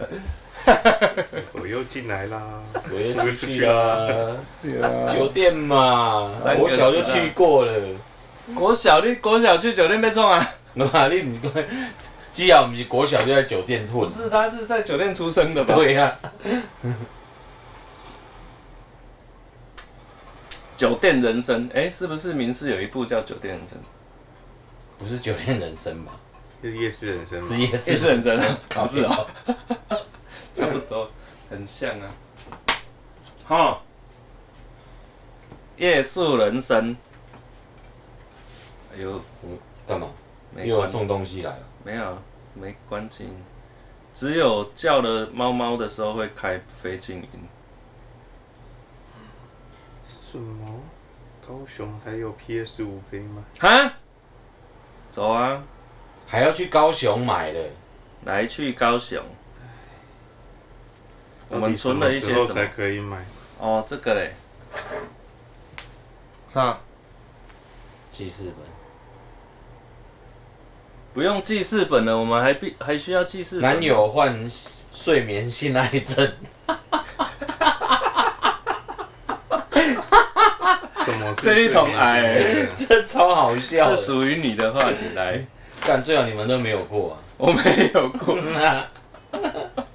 哦我又进来啦，我也出去啦，对啊，酒店嘛，三我个小就十啊去过了。国小你国小去酒店被送啊？那啊， 你唔讲，基佬唔是国小就在酒店不混，是，他是在酒店出生的吧？对啊呀、酒店人生，哎、是不是明视有一部叫《酒店人生不是酒店人生吧？是夜市人生是吗？夜》？市嗯也是人 生啊，搞不是哦，差不多，很像啊。哈，夜宿人生。哎呦，干嘛？没又有关，送东西来了，没有，没关静音，只有叫了猫猫的时候会开非静音。什么？高雄还有 PS 五可以吗？哈，走啊，还要去高雄买的，来去高雄。我们存了一到些底什么时候什才么？可以买？哦，这个嘞，啥？记事不用记事本了，我们还必还需要记事本。本。男友患睡眠性爱症，什么是 这一桶哎睡癌眠型的 这超好笑这的。属于你的话，你来，干，最好你们都没有过啊。我没有过。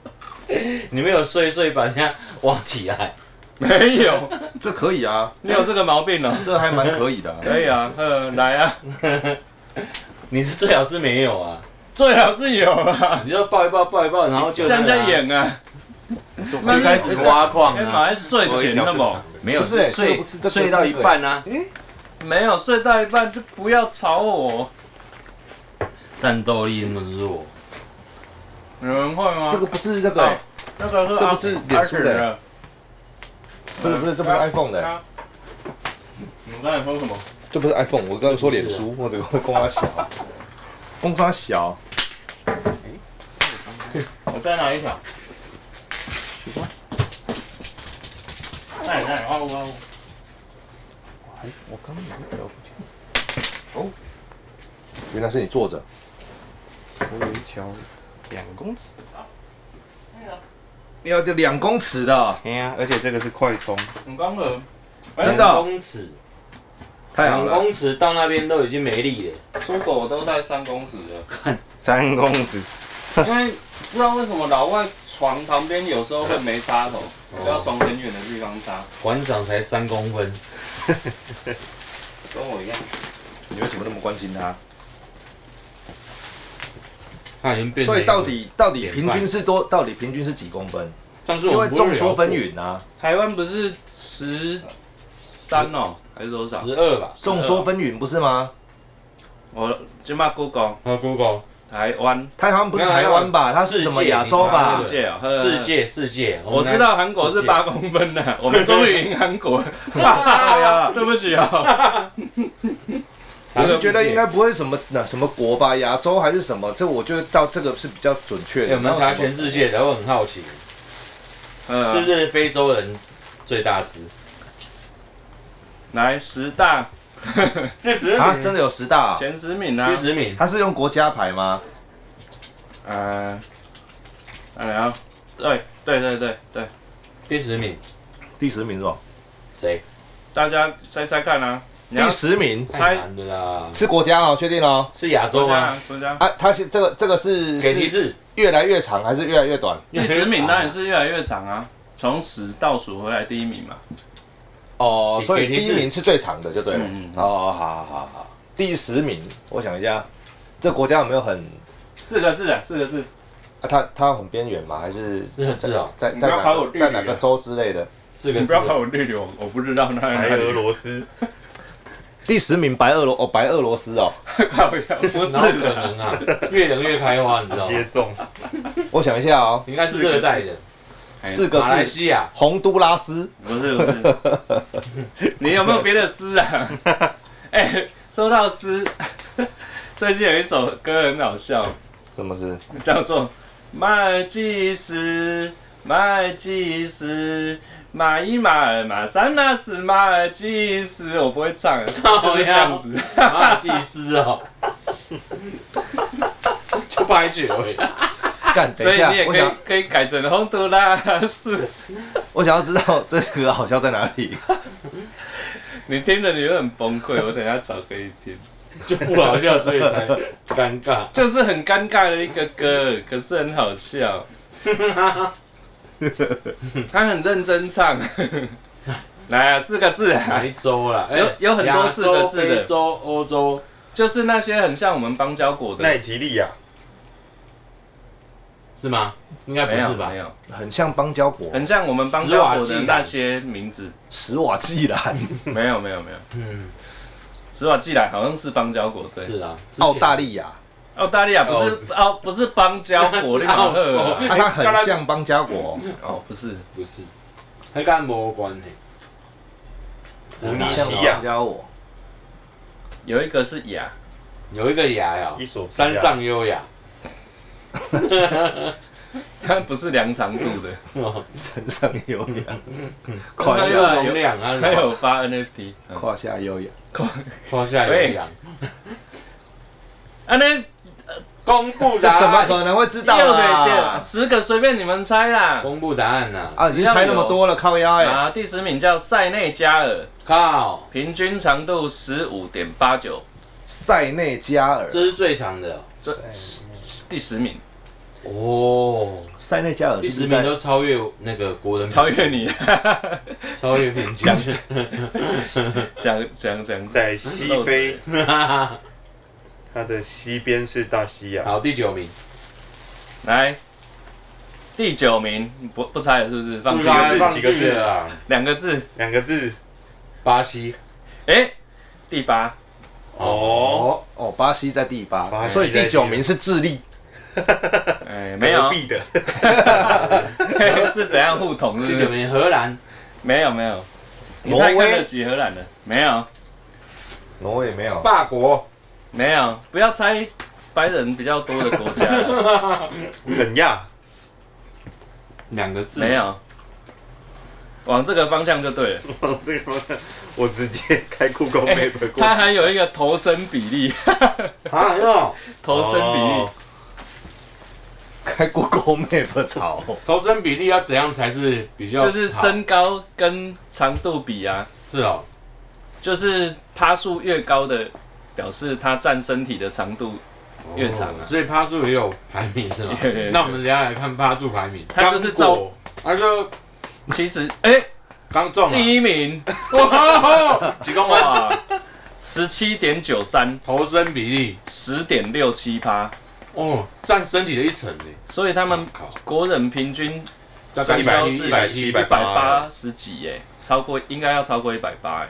你们有睡一睡把人家挖起来，没有，这可以啊，你有这个毛病哦、这还蛮可以的啊、可以啊，呃，来啊，你是最好是没有啊。最好是有啊，你就抱一抱，抱一抱，然后就那像个啊在演哎啊，就开始挖矿干嘛啊，还睡我一前条 那不么长？的没有不是睡这个不是这个睡到一半啊，没有睡到一半就不要吵我，战斗力那么弱，有人会吗？这个不是那个、欸，那个是这阿不是脸书的阿不是不是，这不是 iPhone 的、史啊你们刚才说什么？这不是 iPhone，我刚刚说脸书，我这个公差小，公差小，我再拿一条。那你那里，哦哦，我刚刚有聊不见，哦，原来是你坐着，我有一条两公尺。要得两公尺的，哎呀，而且这个是快充，你刚刚哎两真的公尺，太好两了，公尺到那边都已经没力了。出手都在三公尺 了。三公尺。因为不知道为什么老外床旁边有时候会没插头，哦就要从很远的地方插，馆长才三公分，跟我一样。你为什么那么关心他？他已经变成所以到底到底典平范均是多？到底平均是几公分？上次因我为们众说纷�纭啊，台湾不是十三哦，还是多少？十二吧？众说纷纭不是吗？我今麦 Google 啊，Google 台湾台湾不是台湾吧？它是什么世界亚洲啊吧世？界哦，呵世。界世界，我知道韩国是八公分的，我们终于赢韩 国了。对啊，对不起哦，我我是是觉得应该不会什么哪什么国吧，亚洲还是什么？这我觉得到这个是比较准确的。哎我们查全世界，界的，我很好奇，是不呃，是非洲人最大只？来十 大这十啊，真的有十大、啊？前十名啊第，十名，它是用国家牌吗？呃，然后对对对对对，第十名第十名是吧？谁？大家猜猜看啊，你要第十名太难的啦，是国家哦，确定哦。是亚洲国家吗？啊国家。啊，它是这个这个啊是给提是示，越来越长还是越来越短？第十名当然是越来越长啊，从十倒数回来第一名嘛。哦给，所以给第提示一名是最长的，就对了。嗯嗯嗯哦，好好好好。第十名，我想一下，这国家有没有很四个字啊，四个字。啊？它它很边缘吗？还是四个字哦，在你不在要哪考我个地理在哪个啊州之类的？四个你字不要看我绿流，我不知道那白俄个。罗斯，第十名白俄罗哦，白俄罗斯哦，靠呀，不是哪有可的，能啊？越冷越开花，你知道吗接？中。我想一下哦，应该是热带的，哎四个马来字，西亚、洪都拉斯。不是不是。你有没有别的诗啊？哎，说到诗， 最近有一首歌很好笑，什么是？叫做《麦基斯麦基斯》。马一马二马三那是马尔济斯，我不会唱， 就是这样子。 马尔济斯哦，就拍久了。干，等所一以下你也，我可以想可以改成洪都拉斯。我想要知道 这个好笑在哪里。你听了你会很崩溃，我等一下找给你听。 就不好笑，所以才尴尬。 就是很尴尬的一个歌，可是很好笑。他很认真唱， 来啊，四个字啊哎哪，一周啦？有有很多四个字的亚洲、非洲、欧洲，就是那些很像我们邦交国的，奈及利亚，是吗？应该不没有是吧没？有，很像邦交国，很像我们邦交国的那些名字，史瓦济兰、没有没有没有，嗯，斯瓦季兰好像是邦交国，对，是啊，之前澳大利亚，啊，澳大利亚不是澳不是邦交国，那你是好澳洲喝啊它很像邦交国， 哦，不是，不是，它跟没关系。啊突尼像西亚邦、交国。有一个是雅， 有一个雅呀伊，索比亚山上优雅，它不是梁长度的，哦身上优雅，胯它下有容量啊，还有发 NFT，嗯胯下优雅，胯下有氧， 啊那。公布这答怎么案，可能会知道啊掉对啦对，？十个随便你们猜啦。公布答案呐！啊，已经猜那么多了，靠腰哎，啊，第十名叫塞内加尔，靠，平均长度十五点八九，塞内加尔，这是最长的这第十名哦，塞内加尔第是十不名是在都超越那个国人，超越你， 超越平均，讲讲讲，在西非，哈。它的西边是大西洋，好，第九名，来第九名，不不猜了是不是？放不弃猜了个字几个字啊？两个字，两个字巴西哎，第八，哦，哦，巴西在第巴八，西所以在第第九九名是智利，哎， 没有隔，壁的 是怎样互捅？第是九 不是？名荷兰，没有没有，你挪太看威得起荷兰了，没有挪威没有，法国，没有，不要猜白人比较多的国家了。 肯亚， 两个字没，有，往这个方向就对了。往这个方向我直接开酷狗 map 过它去，还有一个投身比例， 啊，哟，投身比例，哦开 Google Map 找，投身比例要怎样才是比较好？就是身高跟长度比啊，是哦，就是趴数越高的，表示它占身体的长度越长啊。哦所以趴数也有排名 是吗有有有？那我们等一下来看趴数排名，它就是刚照，果那就其实哎，刚中了，第一名几公分？哇，十七点九三，投身比例十点六七趴，哦，占身体的一成呢。所以他们靠，国人平均大概身高100是170一百八十几耶，超过应该要超过一百八哎。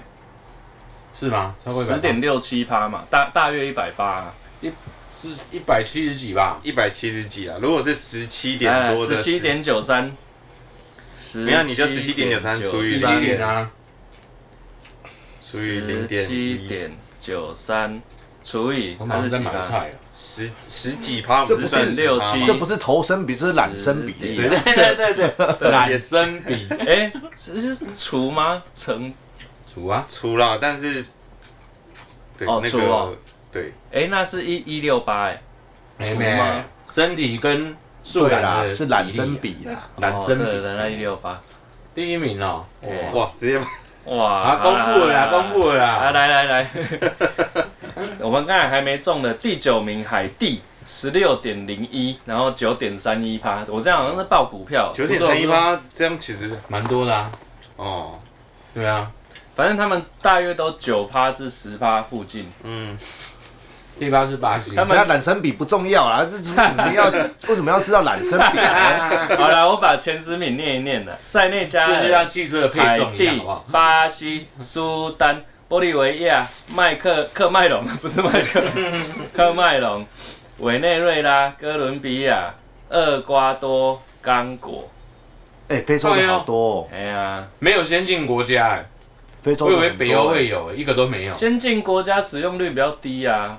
是吗？超过十点六七趴嘛，大大约一百八，是一百七十几吧？一百七十几啊，如果是十七来点多哎十的，七点九三，十没有你就17.93除以十一点啊，除以零十点七一，点九三除以我还马是上几在买趴？菜了。十十几趴，这我们不算是十六趴吗七 这不是投身比，这是揽身比例对啊，对对对对，懒身比 哎，这是除吗？乘除啊，除啦，但是对哦那除哦个对哎，那是一一六八哎，没除没吗？身体跟素对懒啦，的是揽身比例，啊比啦，懒身哦对比对，那一六八，第一名哦，哎哇，直接把哇，啊，公布了啦，公布了啊，啦，来来来， 我们刚才还没中的第九名海地。十六点零一，然后九点三一趴，我这样好像是报股票，九点三一八，这样其实蛮多的啊，哦，对啊，反正他们大约都九趴至十趴附近。嗯，第八是巴西，他们那揽身比不重要啦，这你们要为什么要知道揽身比啊？好了，我把前十名念一念了：塞内 加这就像尔、汽车的配海重一样，地好不好？、巴西、苏丹、玻利维亚、麦克克麦隆不是麦克克麦隆、委内瑞拉、哥伦比亚、厄瓜多、刚果。哎，非洲的好多，哦，哎呀，没有先进国家，哎，非洲我以的为很北欧多会欸。有，哎一个都没有，先进国家使用率比较低啊，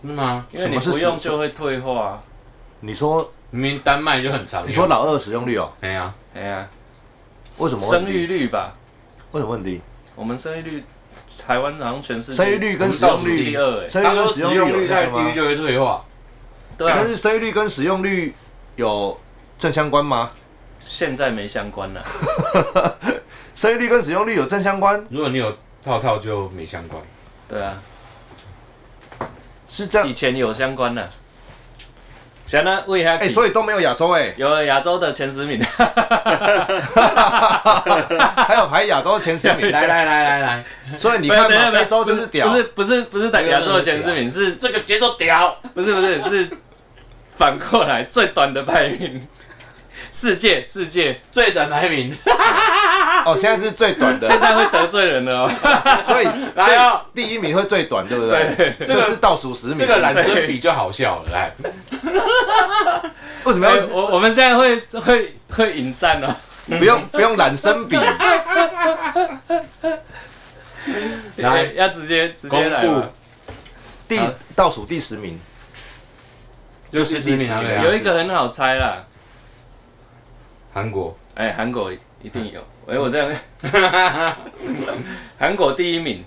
是吗？因为什你么是不用使就会退化。你说明明丹麦就很常用，你说老二使用率哦，哎呀，哎呀，为什么问生题育率吧，为什么问题？我们生育率，台湾好像全世界生育率跟使用率第二哎、生育他跟说使使用用率有率那太个吗低？就会退化，对啊但，是生育率跟使用率有正相关吗？现在没相关了。生育率跟使用率有正相关，如果你有套套就没相关，对啊，是这样以。前有相关的。想呢，为啥？哎、所以都没有亚洲 哎、有亚洲的前十 名，还有排亚洲前十名。 来来来来来，所以你看没有嘛，没有非洲就是屌不，是不是不是打亚洲的前十名，是这个节奏屌，不是不是是反过来最短的排名，世界世界最短排名，哦，现在是最短的，现在会得罪人了哦。所以所来以哦第一名会最短，对不对？对所以是倒数十名。这个懒得比就好笑了，来，为什么哎要 我我们现在会会会引战哦，不用不用懒生比？来要要直接直接公来布吧。第好倒数第十名， 就是第一名那啊啊个哎有呀，一个很好猜啦，韩国， 哎，韩国一定有。哎，我这样，韩国第一名，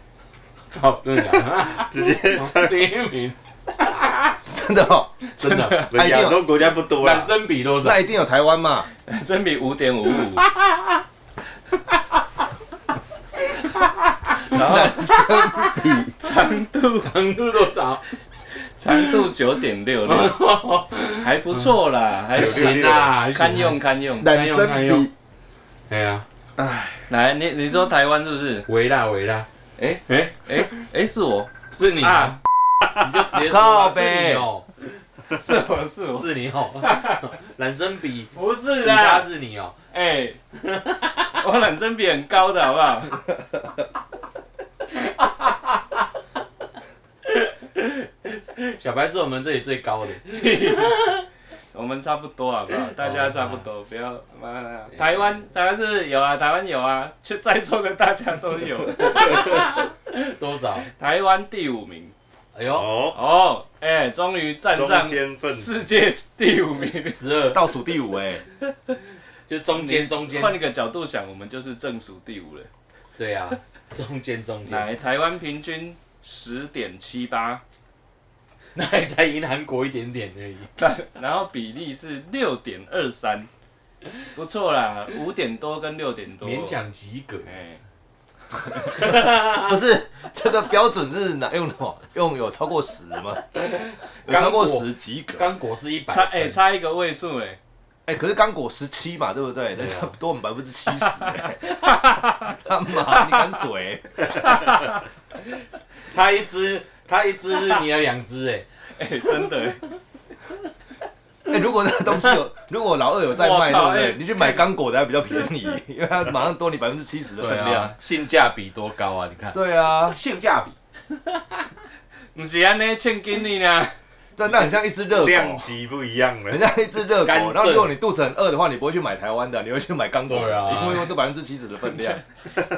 好，真的假的？直接哦 第一名，真的哦，真的，哎亚洲国家不多 男啦，生比多少那？一定有台湾嘛？真比五点五五。 然后男生长度长度多少？长度九点六六，还不错 啦，还还行，行啊，还行堪用。堪用。男堪生用比，哎呀，来，你你说台湾是不是？维拉维拉，哎哎，哎哎，是我是你啊，啊，你就直接说靠是你呗，哦， 是我是我， 是你哦，男生 比，不是比他啦，是你哦，哎， 我懒真比很高的好不好？ 小白是我们这里最高的，我们差不多好不哦好？大家差不多，不要妈的。台湾台湾是有啊，台湾有啊，就在座的大家都有。 多少？台湾第五名哎呦，哦，哦，哎，终于站中上间分子世界第五名。十二，倒数第五哎、就中间中间，换一个角度想，我们就是正数第五了。对啊，中间中间，来，台湾平均十点七八， 那也才赢韩国一点点而已。然后比例是六点二三，不错啦，五点多跟六点多，勉。强及格，哦哎，不是这个标准是哪用的哦？用有超过十吗？有超过十及格。刚果是一百差哎、分，差一个位数嘞，哎、可是刚果十七嘛，对不对？对人啊家多我们百分之七 十。哎他妈，你敢嘴？他一只，他一只是你的两只，哎，哎、真的、 欸， 哎、如果那个东西有， 如果老二有在卖，我对靠不对？哎你去买刚果的还比较便宜， 因为它马上多你百分之七十的对分量啊。，性价比多高啊！你看，对啊，性价比，不是安尼欠给 你呢，但那很像一只热量狗，级不一样了很。像一只热甘狗。蔗然后如果你肚子很饿的话，你不会去买台湾的，你会去买刚果对啊的，因为都百分之七十的分 量，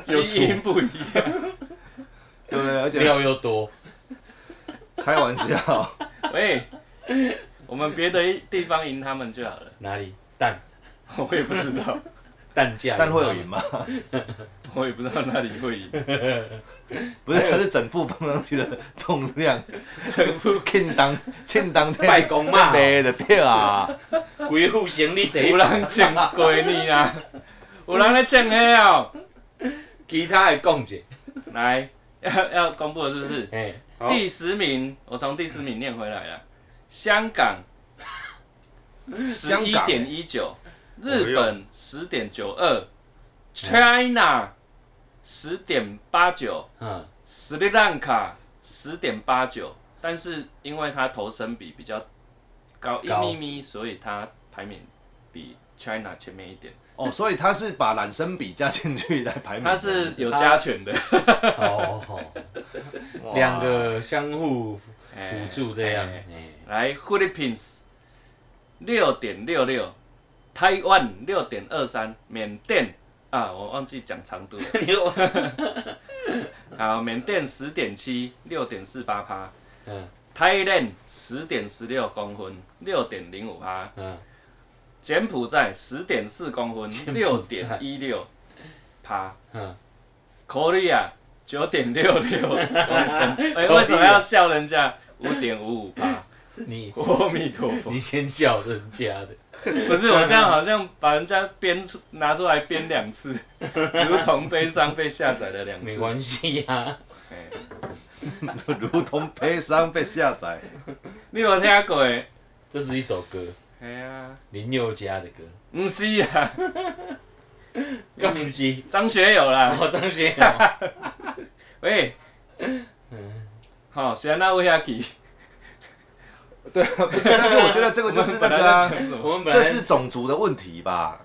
基因不一样。对不对？而且料又多，开玩笑， 喂，我们别的地方赢他们就好了，哪里蛋我也不知道，蛋价，但会有赢？吗？我也不知道哪里会赢。不是，它是整副放上去的重量，整副庆当庆当这卖公嘛，背的 对啊，鬼户行李得有人欠过你啦，有人来欠黑哦。其他的讲者，来，要要公布了是不是？哎，好第十名，我从第十名念回来了。香港十香一港点一九，日本十点九二，China 十点八九，嗯，斯里兰卡十点八九。但是因为它投身比比较高一高咪咪，所以它排名比 China 前面一点。哦，所以他是把懒生比加进去来排名的，它是有加权的，哦哦，哇两个相互辅哎助这样，哎哎，来，Philippines 六点六六，台湾六点二三，缅甸啊，我忘记讲 长度了。哎你说，好，缅甸十点七，六点四八趴。嗯，Thailand 十点十六公分，六点零五趴。嗯，柬埔寨十点四公分，六点一六趴。嗯， Korea 九点六 六公分，哎、为什么要笑人家？五点五五趴。是你阿弥陀佛你。先笑人家的， 不是我这样好像把人家编出拿出来编两 次，如同悲伤被下载了两次。没关系啊呀、哎 如同悲伤被下载。你有听过的？这是一首歌，哎呀，林宥嘉的歌，不是啊，嗯干不 是？张学友啦。 哦，张学友，喂，嗯好，谁那位下去？对， 但是我觉得这个就是那个、啊我们本来在，讲什么我们本这来是种族的问题吧？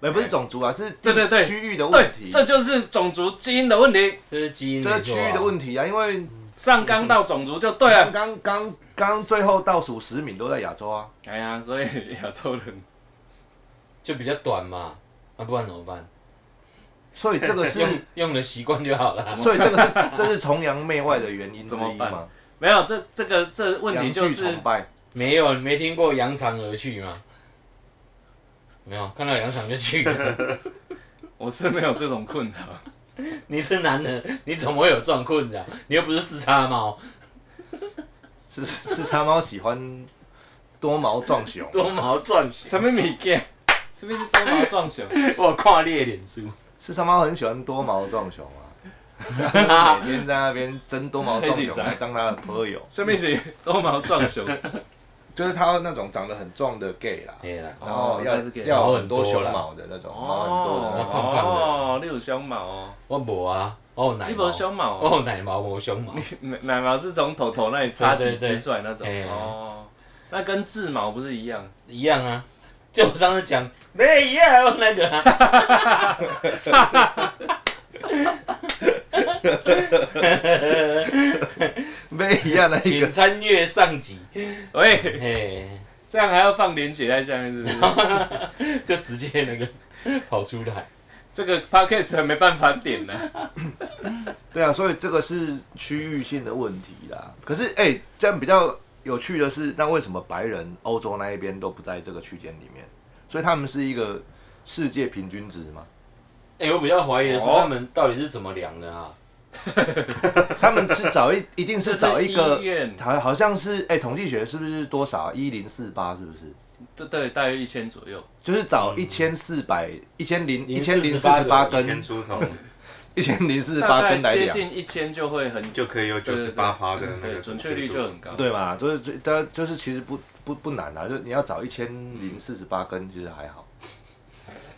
也不是种族啊，这是地对对对区域的问对，题，这就是种族基因的问题，这是基因这是区域的题。问题啊，因为上纲到种族就对刚了。刚刚刚最后倒数十名都在亚洲啊，哎呀，所以亚洲人就比较短嘛，那、不然怎么办？所以这个是， 用用的习惯就好了。所以这个是这是崇洋媚外的原因之怎么一办嘛？没有这这个这问洋题就剧是崇拜，没有，你没听过扬长而去吗？没有，看到扬长就去 了。我是没有这种困扰。你是男人，你怎么会有这种困扰？你又不是四叉猫，是是叉猫喜欢多毛壮啊 熊，多毛壮什熊。么物件？是不是多毛壮熊？我跨列脸 书，是叉猫很喜欢多毛壮熊啊。每天在那边争多毛壮黑 熊喜仔来当他的朋友，什么意思？多毛壮熊？就是他那种长得很壮的 gay 啦，对啦，然后 要哦那是 gay 要哎很多熊毛的那种，毛很多的那种。胖胖的哦，你有胸毛哦，我无啊，我有奶你毛无，胸毛我 哦，有奶毛，我有胸毛。奶奶毛是从头头那里插对几对对支出来那种哎哦，那跟智毛不是一样？一样啊，就我上次讲没有那个、 啊，没一样的一请个，参阅上集。喂， 嘿，这样还要放连结在下面是 不哦是？就直接那个 跑出来。这个 podcast 没办法点呢。对啊，所以这个是区域性的问题啦。可是哎、这样比较有趣的是，那为什么白人欧洲那一边都不在这个区间里面？所以他们是一个世界平均值嘛？哎、我比较怀疑的是哦他们到底是怎么量的啊？他们是找一，一定 是找一 这是个医，院，好好像是哎、统计学是不是多少一零四八是不是？对对，大约一千左右。就是找一千四百、一千零、嗯一千零四十八1048一千根、出头一千零四十大八概根来接量，近一千就会很就可以有对九对十对八趴的那对，个准确率就度很高。对嘛？就是最，大家就是其实不不不难啊，就你要找一千零四十八根，其实还好。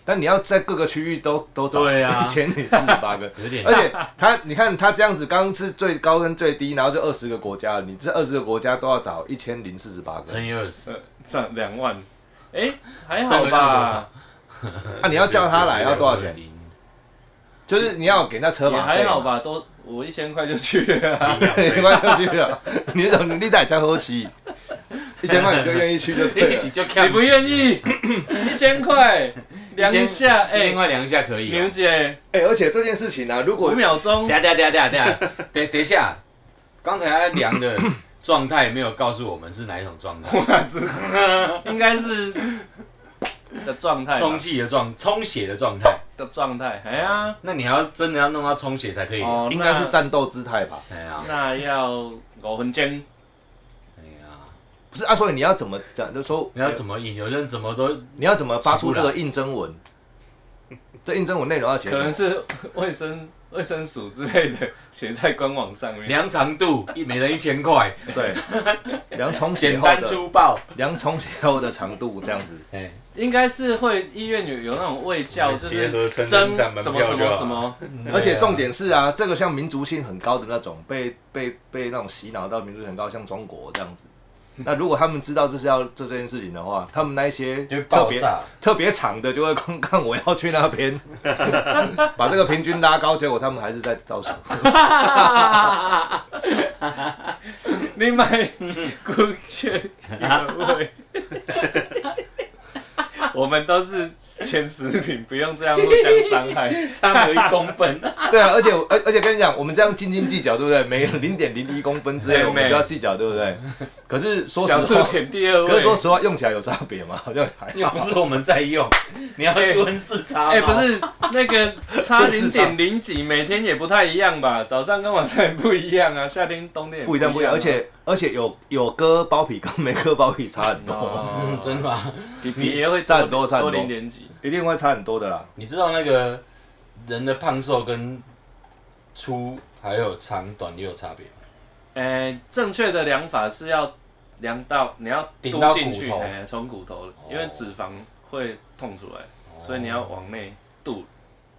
但你要在各个区域都都找对啊，一千零四十八根 有点而且他你看他这样子，刚刚是最高跟最低，然后就二十个国家了，你这二十个国家都要找一千零四十八根乘，以二十，呃，涨两万，哎、还这好个量多吧少，啊，你要叫他来要多少钱？零？就是你要给那也车马费还嘛 好，吧，都我一千块就去了、啊，一千块就去了，你怎么你在江头骑？一千块你就愿意去就 对一了起。就看你不 愿意，一千块量一下，哎、另外量一下可以、牛啊。姐哎、而且这件事情啊，如五果秒钟 等，下等下等下等下等 下等等一下，刚才他量的状态没有告诉我们是哪一种状 态，应该是的状态吧，充气的状，充血的状态。的状态，哎呀，那你还要真的要弄到充血才可以量。哦，应该是战斗姿态吧？哎呀，那那要五分钟，哎呀，不是啊，所以你要怎么讲？就说你要怎么引？有人怎么都你要怎么发出这个应征 文？这应征文内容要写可什能么？是卫生卫生署之类的写在官网上面，量长度，一每人一千块，对， 量充血简后单的粗暴。量充血后的长度这样子。哎，应该是会医院有有那种卫教，就结是合成争人站门什么票什就么好什么。嗯而且重点是啊，这个像民族性很高的那种，被被被那种洗脑到民族性很高，像中国这样子。那如果他们知道这是要做这件事情的话，他们那一些就会特爆别炸。特别长的就会公看我要去那边， 把这个平均拉高，结果他们还是在倒数。你买股权优惠，我们都是前十名，不用这样互相伤害。差了一公分， 对啊，而且我而而且跟你讲，我们这样斤斤计较，对不对？每零点零一公分之 类，对我们就要计较，对不对？可哎是说小实数话，点第二可是说位，实话，用起来有差别吗？好像还又好不。是我们在用，你要去温室插哎、吗不，是那个差零点零几，每天也不太一样吧？早上跟晚上也不一样啊，夏天冬天也不一样不一样，啊而且而且有有割包皮跟没割包皮差很多，嗯哦，真的吗？比比也会差很多差很多多零点几。 一定会差很多的啦。你知道那个人的胖瘦跟粗还有长短也有差别吗？哎、正确的量法是要量到你要顶到嘟进去，骨头哎、从骨头，因为脂肪会痛出来，所以你要往内肚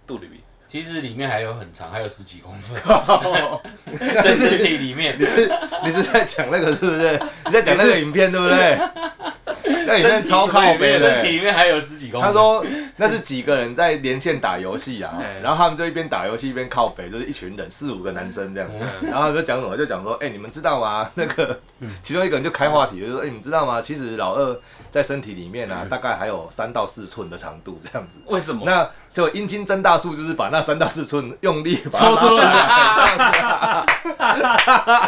肚 里。哦其实里面还有很长，还有十几公分， 在身体里面你。是你是在讲那个对不对？你在讲那个影片对不对？ 那影片超靠背的身体。里面还有十几公分。他说那是几个人在连线打游戏啊哎，然后他们就一边打游戏一边靠北，就是一群人四五个男生这样，然后他们就讲什么就讲说，哎、你们知道吗？ 那个其中一个人就开话题，就说，哎、你们知道吗？其实老二在身体里面啊，大概还有三到四寸的长度这样子。为什么？那所以阴茎增大术就是把那三到四寸用力把它抽拉出上来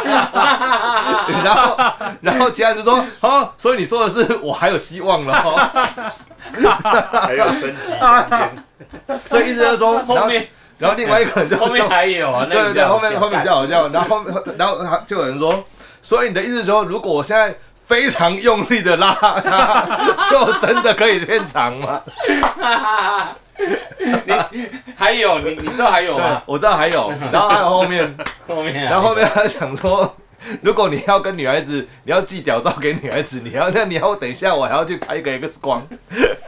来，然后，然后其他人就说：“哦，所以你说的是我还有希望了、哦。还有升级空间。”所以意思就是说，然后后，面然后另外一个人就后面还有啊，对那个比对对，较后好面笑后面比较好笑。然后，然后他就有人说：“所以你的意思是说，如果我现在非常用力的拉它，就真的可以变长吗还有 你你知道还？”有对吗，？我知道还有，然后还有后面，后面啊，然后后面他想说。如果你要跟女孩子，你要寄屌照给女孩子，你要那你要等一下，我还要去拍一个 X 光，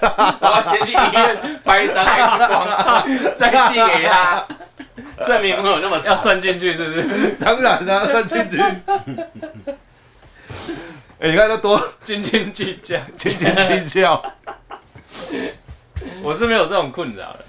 我要先去医院拍一张 X 光，再寄给他， 证明我有那么 要长。算进去是不是？当然啦、算进去。哎、你看他多 斤斤计较，斤斤计较。我是没有这种困扰的。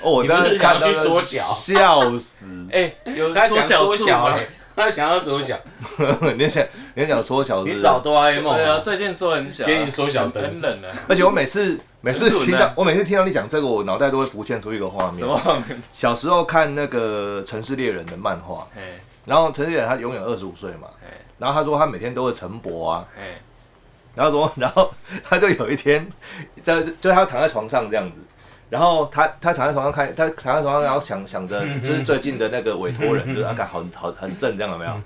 哦，我你不当时是看想到要去那缩个小笑死。哎、有他缩想小啊啊缩数小吗哎？，他想要缩小， 你想，你想缩小是不你是找哆啦 A 梦对啊，啊，最近缩很小啊，给你缩小灯很冷啊。而且我每次每次很听准到啊，我每次听到你讲这个，我脑袋都会浮现出一个画什面。么 画面？小时候看那个《城市猎人》的漫画，哎然后《城市猎人》他永远二十五岁嘛，哎然后他说他每天都会晨勃啊，哎，然后说，然后他就有一天，在就他躺在床上这样子，然后他他躺在床上看，他躺在床上，然后想想着就是最近的那个委托 人，就是啊，干好好很正这样有没有？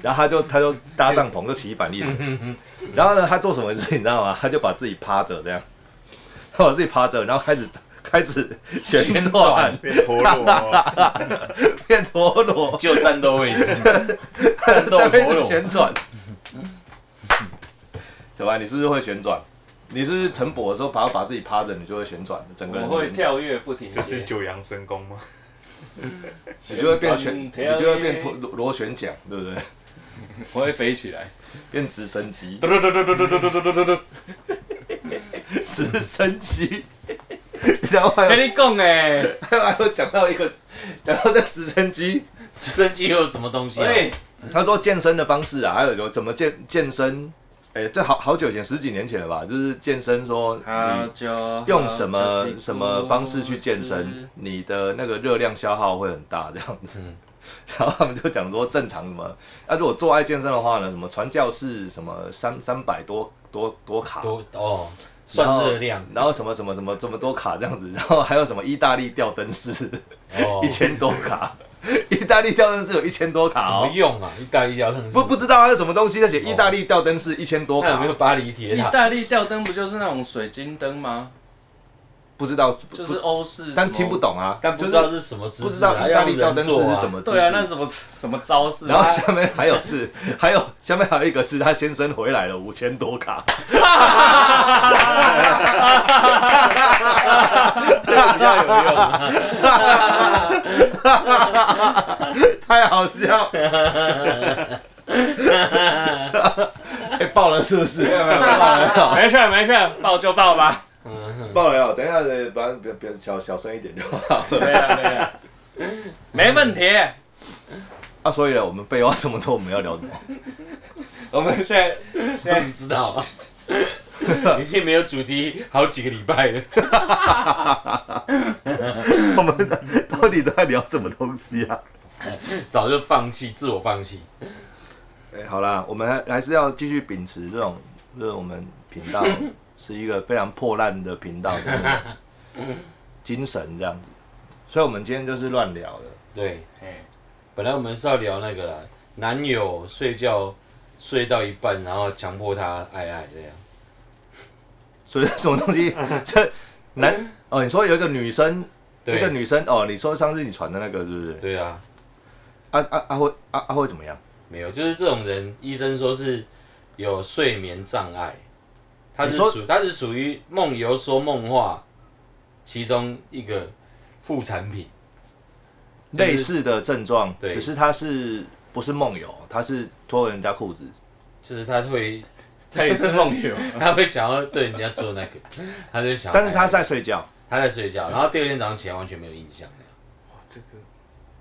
然后他就他就搭帐篷，就骑板栗人，然后呢，他做什么事情你知道吗？他就把自己趴着这样， 他把自己趴着，然后开始开始啊旋旋转转变陀螺哦，变陀螺，就战斗位置， 战斗陀在边螺。旋转。 小白，你是不是会旋转？你是不是晨勃的时候，把把自己趴着，你就会旋转，整个我人会，跳跃不停就是歇。九阳神功吗？你就会变旋，旋你转就会变陀螺螺旋桨，对不对？我会飞起来，变直升机，嘟嘟嘟嘟嘟嘟嘟嘟嘟嘟嘟。直升机。 然后还有跟你讲哎，还有讲到一个，讲到这个直升机，直升机又有什么东西啊？哎，他说健身的方式啊，还有有怎么健健身，哎、这好好久以前，十几年前了吧，就是健身说好你啊久用什么什么方式去健身，？你的那个热量消耗会很大这样子。嗯 然后他们就讲说正常什么，那、如果做爱健身的话呢，什么传教士什么三三百多多多卡，多哦，算热量然后什么什么什么这么多卡这样子，然后还有什么意大利吊灯式、哦一，千多卡， 意大利吊灯式有一千多卡怎哦么，用啊？意大利吊灯是不不知道它是什么东西，而且意大利吊灯式一千多那有卡哦没，有巴黎铁意塔？大利吊灯不就是那种水晶灯吗？不知道，不就是欧式，但听不。懂啊，但不知就道是是什么姿不知势啊，道意大利吊灯式要人是做怎么姿势对啊，那是什么什么招式然啊？后下面还有是，还有下面还有一个是他先生回来了五千多卡， 这个比较有用啊。 太好笑，哎爆了是不是？没有没有爆了，没事没事，爆就爆吧。 爆了等一下呃把别别小小声一点就好了。 对啊对啊，没问题。 啊，所以呢，我们废话这么多，我们要聊什么？ 我们现在现在不知道、 啊，已经没有主题好几个礼拜了。我们到底都在聊什么东西啊？早就放弃，自我放弃。哎，好啦，我们还还是要继续秉 持这种，就是我们频道是一个非常破烂的频道，精神这样子。所以我们今天就是乱聊的，对，嘿，本来我们是要聊那个啦，男友睡觉睡到一半，然后强迫他爱爱这样。所以什么东 西？这男哦，你说有一个女生，一个对，女生哦，你说上次你传的那个是不啊是？对啊，阿阿阿辉阿阿辉怎么样？没有，就是这种人，医生说是有睡眠障碍，他是你说属他是属于梦游说梦话其中一个副产品。就是类似的症状，对只是他是不是梦游？他是脱人家裤子，就是他 会，他也是梦 游，他会想要对人家做那个，他就想要爱爱。但是他是在睡觉。他在睡觉，然后第二天早上起来完全没有印象的，这个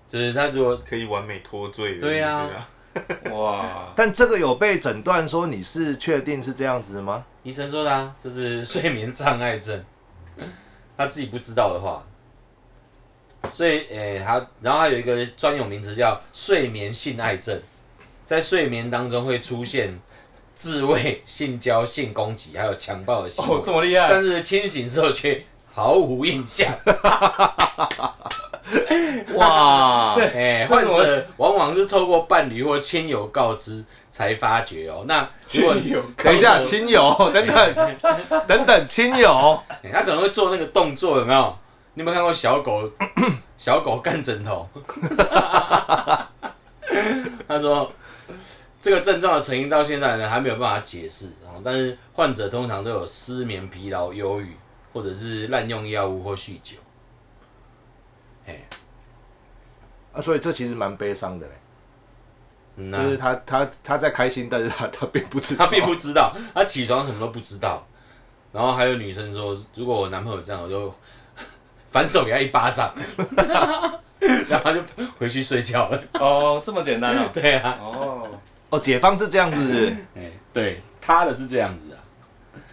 就是他如果可以完美脱罪了。对啊是不是啊，哇，但这个有被诊断说你是确定是这样子吗？医生说的、啊，这 是睡眠障碍症， 他自己不知道的话，所以诶、他然后还有一个专有名词叫睡眠性爱症，在睡眠当中会出现自慰、性交、性攻击，还有强暴的行为，哦，这么厉 害，但是清醒之后却毫无印 象。 哇，哎、这患个我者往往是透过伴侣或亲友告知才发觉哦。那如果你亲友，等一下，亲友，等 等，等等，亲友，欸他可能会做那个动作，有没有？你有没有看过小狗小狗干枕头？ 他说这个症状的成因到现在呢还没有办法解释啊，但是患者通常都有失眠、疲劳、忧郁，或者是滥用药物或酗酒。啊，所以这其实蛮悲伤的嘞，嗯就呐、是他他他在开心，但是他他并不知道，他并不知道，他起床什么都不知道。然后还有女生说，如果我男朋友这样，我就反手给他一巴掌， 然后他就回去睡觉了。哦，这么简单 哦，对啊。哦，哦，解放是这样子是 哎，对，他的是这样子啊。不是，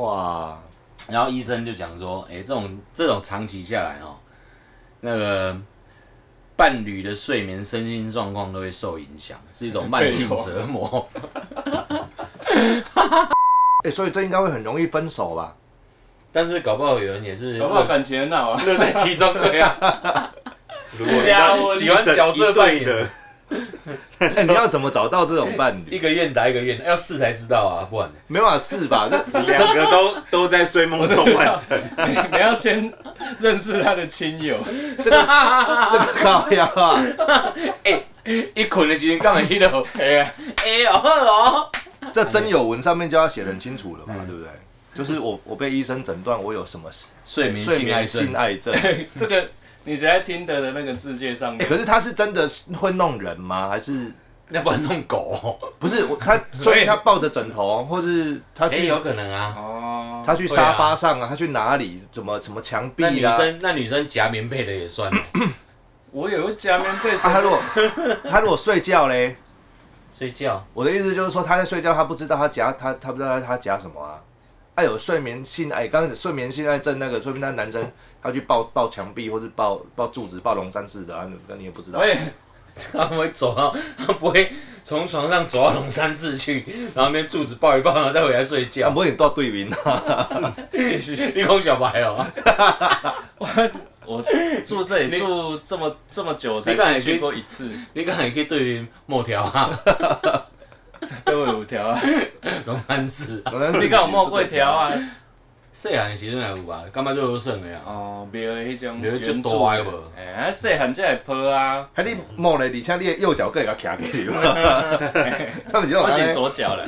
哇，然后医生就讲说，哎，这种这种长期下来哦，那个伴侣的睡眠、身心状况都会受影响，是一种慢性折磨。哎、所以这应该会很容易分 手吧？ 但是搞不好有人也是搞不好乐感情很 好啊，乐在其中，对啊，啊如果 家一伙整喜欢角色一对扮演 的，哎、你要怎么找到这种伴一侣？个愿打一个愿，要试才知道啊，不然没办法试 吧？这你两个都都在睡梦中完成。你你要先认识他的亲友， 这个靠呀、啊！一捆的时间干嘛去了？哎呀， 哎呦哦，这真有文上面就要写得很清楚了嘛，嗯对不对？就是我我被医生诊断我有什么睡眠睡性爱眠症性，爱 症，这个你只在听的的那个字界上欸面，可是他是真的会弄人吗？还是要不然弄狗，哦不是我 他？所以他抱着枕头，或是他哎，去、有可能啊。哦，他去沙发上啊，他去哪里？怎么怎么墙壁那女啊？生那女生夹棉被的也算，我有个假面被啊，他谁？如果 他如果睡觉嘞，睡觉。我的意思就是说他在睡觉，他不知道他夹他他不知道他夹什么啊。他有睡眠性爱，刚开始睡眠性爱症那个，说明那男生他去抱抱墙壁，或是抱抱柱子、抱龙山寺的啊，那你也不知道。喂，他们会走到，他不会从床上走到龙山寺去，然后那边柱子抱一抱，然后再回来睡啊， 觉。不过你到对面啊，你讲小白哦、我住这里住这么这么久才你敢进去过一次，你刚才也可以对于某条啊、都有五条啊，龙山寺啊， 你敢有冒过条啊？细汉的时阵也有吧，感觉最好耍的啊。哦，庙的迄种庙原足住大的的无哎，啊，细汉才会抱 啊，还你摸嘞，而且你的右脚更给它徛起去，他们就我安是尼，左脚了，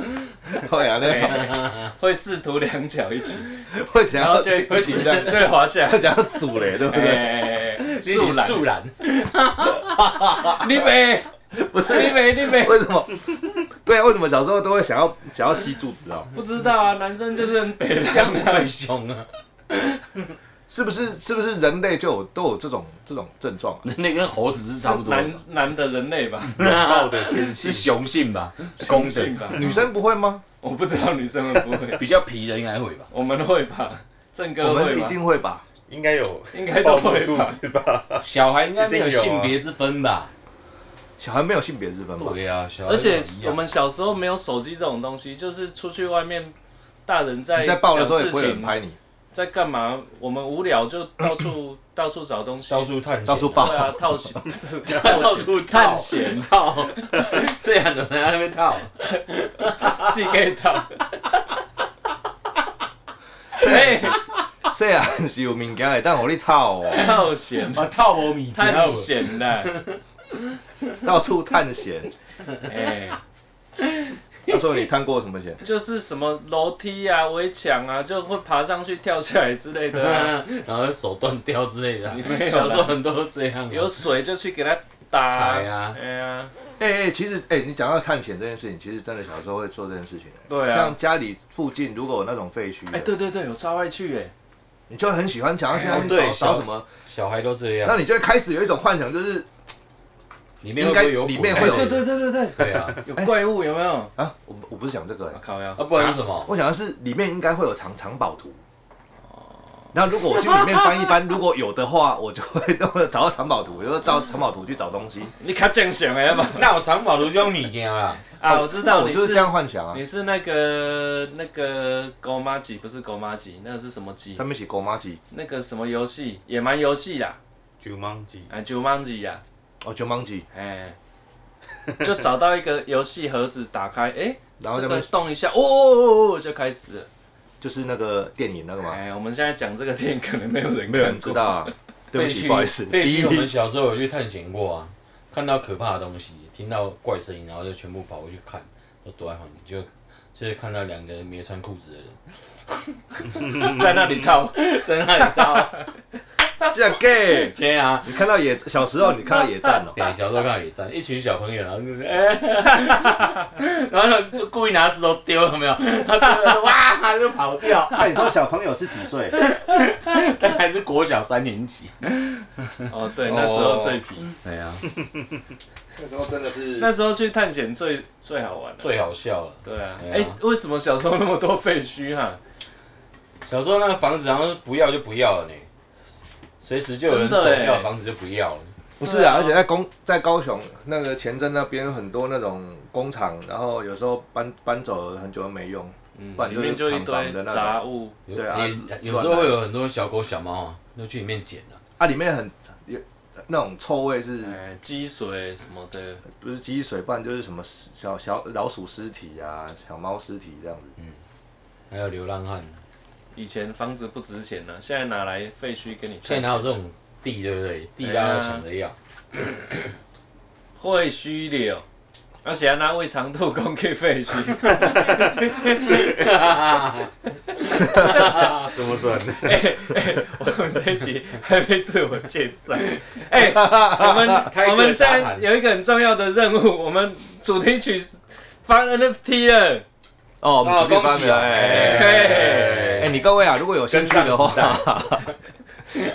会安尼，哎会试图两脚一起，会想然后要就会会就想要会滑下来会。想要数嘞， 对不对？哎，你树是懒，树懒，你没，不你是，没，你没，为什么？对啊，为什么小时候都会想要想要吸柱子啊？不知道啊，男生就是很北像向的，很凶啊。是不是？是不是人类就有都有这种这种症状啊？那跟猴子是差 不多的男，男的人类吧，抱的天是性，雄性 吧，公的性。吧， 女生不会吗？我不知道女生会不会，比较皮的应该会吧，我们会吧，郑我哥们会一吧，定会吧？应该有应该抱都不会住吧，是吧？小孩应该没有一定有啊性别之分吧？小孩没有性别之分吧？对啊，小孩而且一我样们小时候没有手机这种东西，就是出去外面，大人在你在抱的时候也讲不事会有情人拍你，嗯在干嘛？我们无聊就到处到处找东西，到处探险，到处报对啊，套险， 到 处探险， 套，虽然都在那边套，自己可以套。哎，虽然是有物件会当互你 套哦， 套险，啊 套无米，探险啦！到处探险。哎，他说你探过什么险？就是什么楼梯啊、围墙啊，就会爬上去、跳下来之类的嗯啊。嗯然后手断掉之类的啊你没有，小啦时候很多都这样啊，有水就去给它打踩啊哎呀，哎、哎、其实哎、你讲到探险这件事情，其实真的小时候会做这件事情、对啊像家里附近如果有那种废墟，哎，对对对，我超爱去哎。你就会很喜欢想要去那哦边对找找小什么，小孩都这那样，你就会开始有一种幻想，就是里面应会该不会有鬼？里面会有对对对对对，对啊，有怪物有没有？啊，我我不是讲这个、我哎，靠呀啊！不然是什么？我想的是里面应该会有藏藏宝图。然后如果我去里面翻一翻，如果有的话，我就会找到藏宝图，我就照藏宝图去找东西。你较正常的嘛？那我藏宝图就用你家啦，啊，我知道，嗯我你就是这样幻想啊。你是那个那个狗妈鸡，不是狗妈鸡，那个是什么鸡？上面写狗妈鸡，那个什么游戏？野蛮游戏啦，九芒鸡，啊，九芒鸡呀，哦，九芒鸡， 哎，就找到一个游戏盒子，打开，哎，然后这这个边动一下，哦哦哦哦，就开始了。就是那个电影那个嘛，哎，我们现在讲这个电影，可能没有人没有看人知过。道啊。对不起，废墟不好意思。废第一墟我们小时候有去探险过啊，看到可怕的东西，听到怪声音，然后就全部跑过去看，都躲在旁边，就就是看到两个没穿裤子的人 在那里套，在那里闹。这样 gay， 天啊！你看到野小时候你看到野战哦，对，小时候看到野战，一群小朋友，然后就是，哎 然后就故意拿石头丢，有没有？他丢了，哇，他就跑掉。 那你说小朋友是几 岁？但还是国小三年级。哦，对，那时候最皮，对啊， 那时候真的是那时候去探险最最好玩了。最好笑了。对啊，对啊哎，为什么小时候那么多废墟哈？小时候那个房子，然后不要就不要了呢，随时就有人真的走欸掉，房子就不要了。不是啊，而且在工在高雄那个前镇那边有很多那种工厂，然后有时候搬搬走了很久都没用，嗯不然里就面就是一厂房的堆那杂种物，有对啊也有时候会有很多小狗小猫啊，就去里面捡啊。啊，里面很有那种臭味是哎，积水什么的，不是积水，不然就是什么小小老鼠尸体啊、小猫尸体这样子。还有流浪汉，啊以前房子不值钱呢、啊现在拿来废墟跟你看。现在哪有这种地，对不对？地大家都抢着哎要，会虚柳，而且还啊拿胃肠度公给废墟。 啊怎么 转？哎、哎我们这一集还没自我介绍。哎、我开们个我们现大在盘有一个很重要的任务，我们主题曲是发 NFT 了。哦，我哦们主力恭发喜明了，啊哎嘿、哎哎，你各位啊，如果有兴跟趣上的时话，代。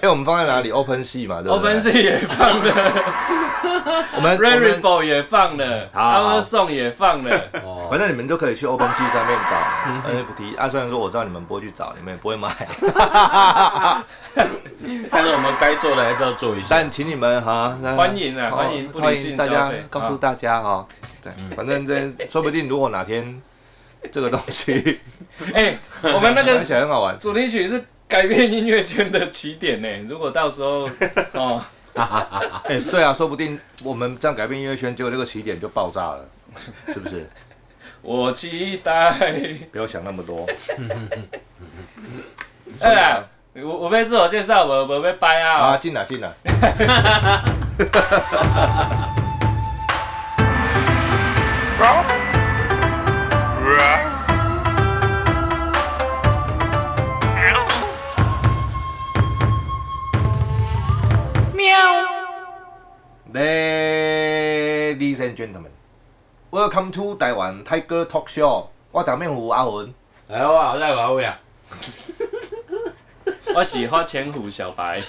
哎，我们放在哪里？Open Sea 嘛，对不 o p e 对 n？s 也放 了我们 r a r r 我 i 们 b o 也放了好好 o u r Song 也放了。哦，反正你们都可以去 Open Sea 上面找 NFT 啊。虽然说我知道你们不会去找，你们也不会买，但是我们该做的还是要做一下。但请你们哈，那欢迎啊，哦欢迎不理欢性迎消大费。家，告诉啊大家哈，对，嗯反正这说不定如果哪天这个东西哎、我 们那个想起来很好玩，主题曲是改变音乐圈的起点呢。如果到时候哦，哎，对啊，说不定我们这样改变音乐圈，结果这个起点就爆炸了， 是不是？我期待。不要想那么多，哎呀，我我被自我介绍，我我被掰啊，啊。进来进来。Ladies and gentlemen, welcome to 台湾 Tiger Talk Show。我前面有阿文，哎，我好在玩呀，我喜欢前虎小白，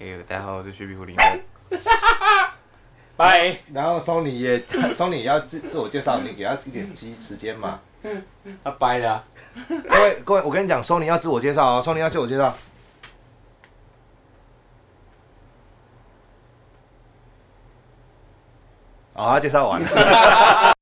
哎呦，大家好，我是薛壁虎林哥。拜。 然后 Sony 也 Sony 也要自自我介绍，你给他一点时时间嘛。他掰了啊， 各位各位，我跟你讲，Sony 要自我介绍哦，Sony 要自我介绍。好、他介绍完了。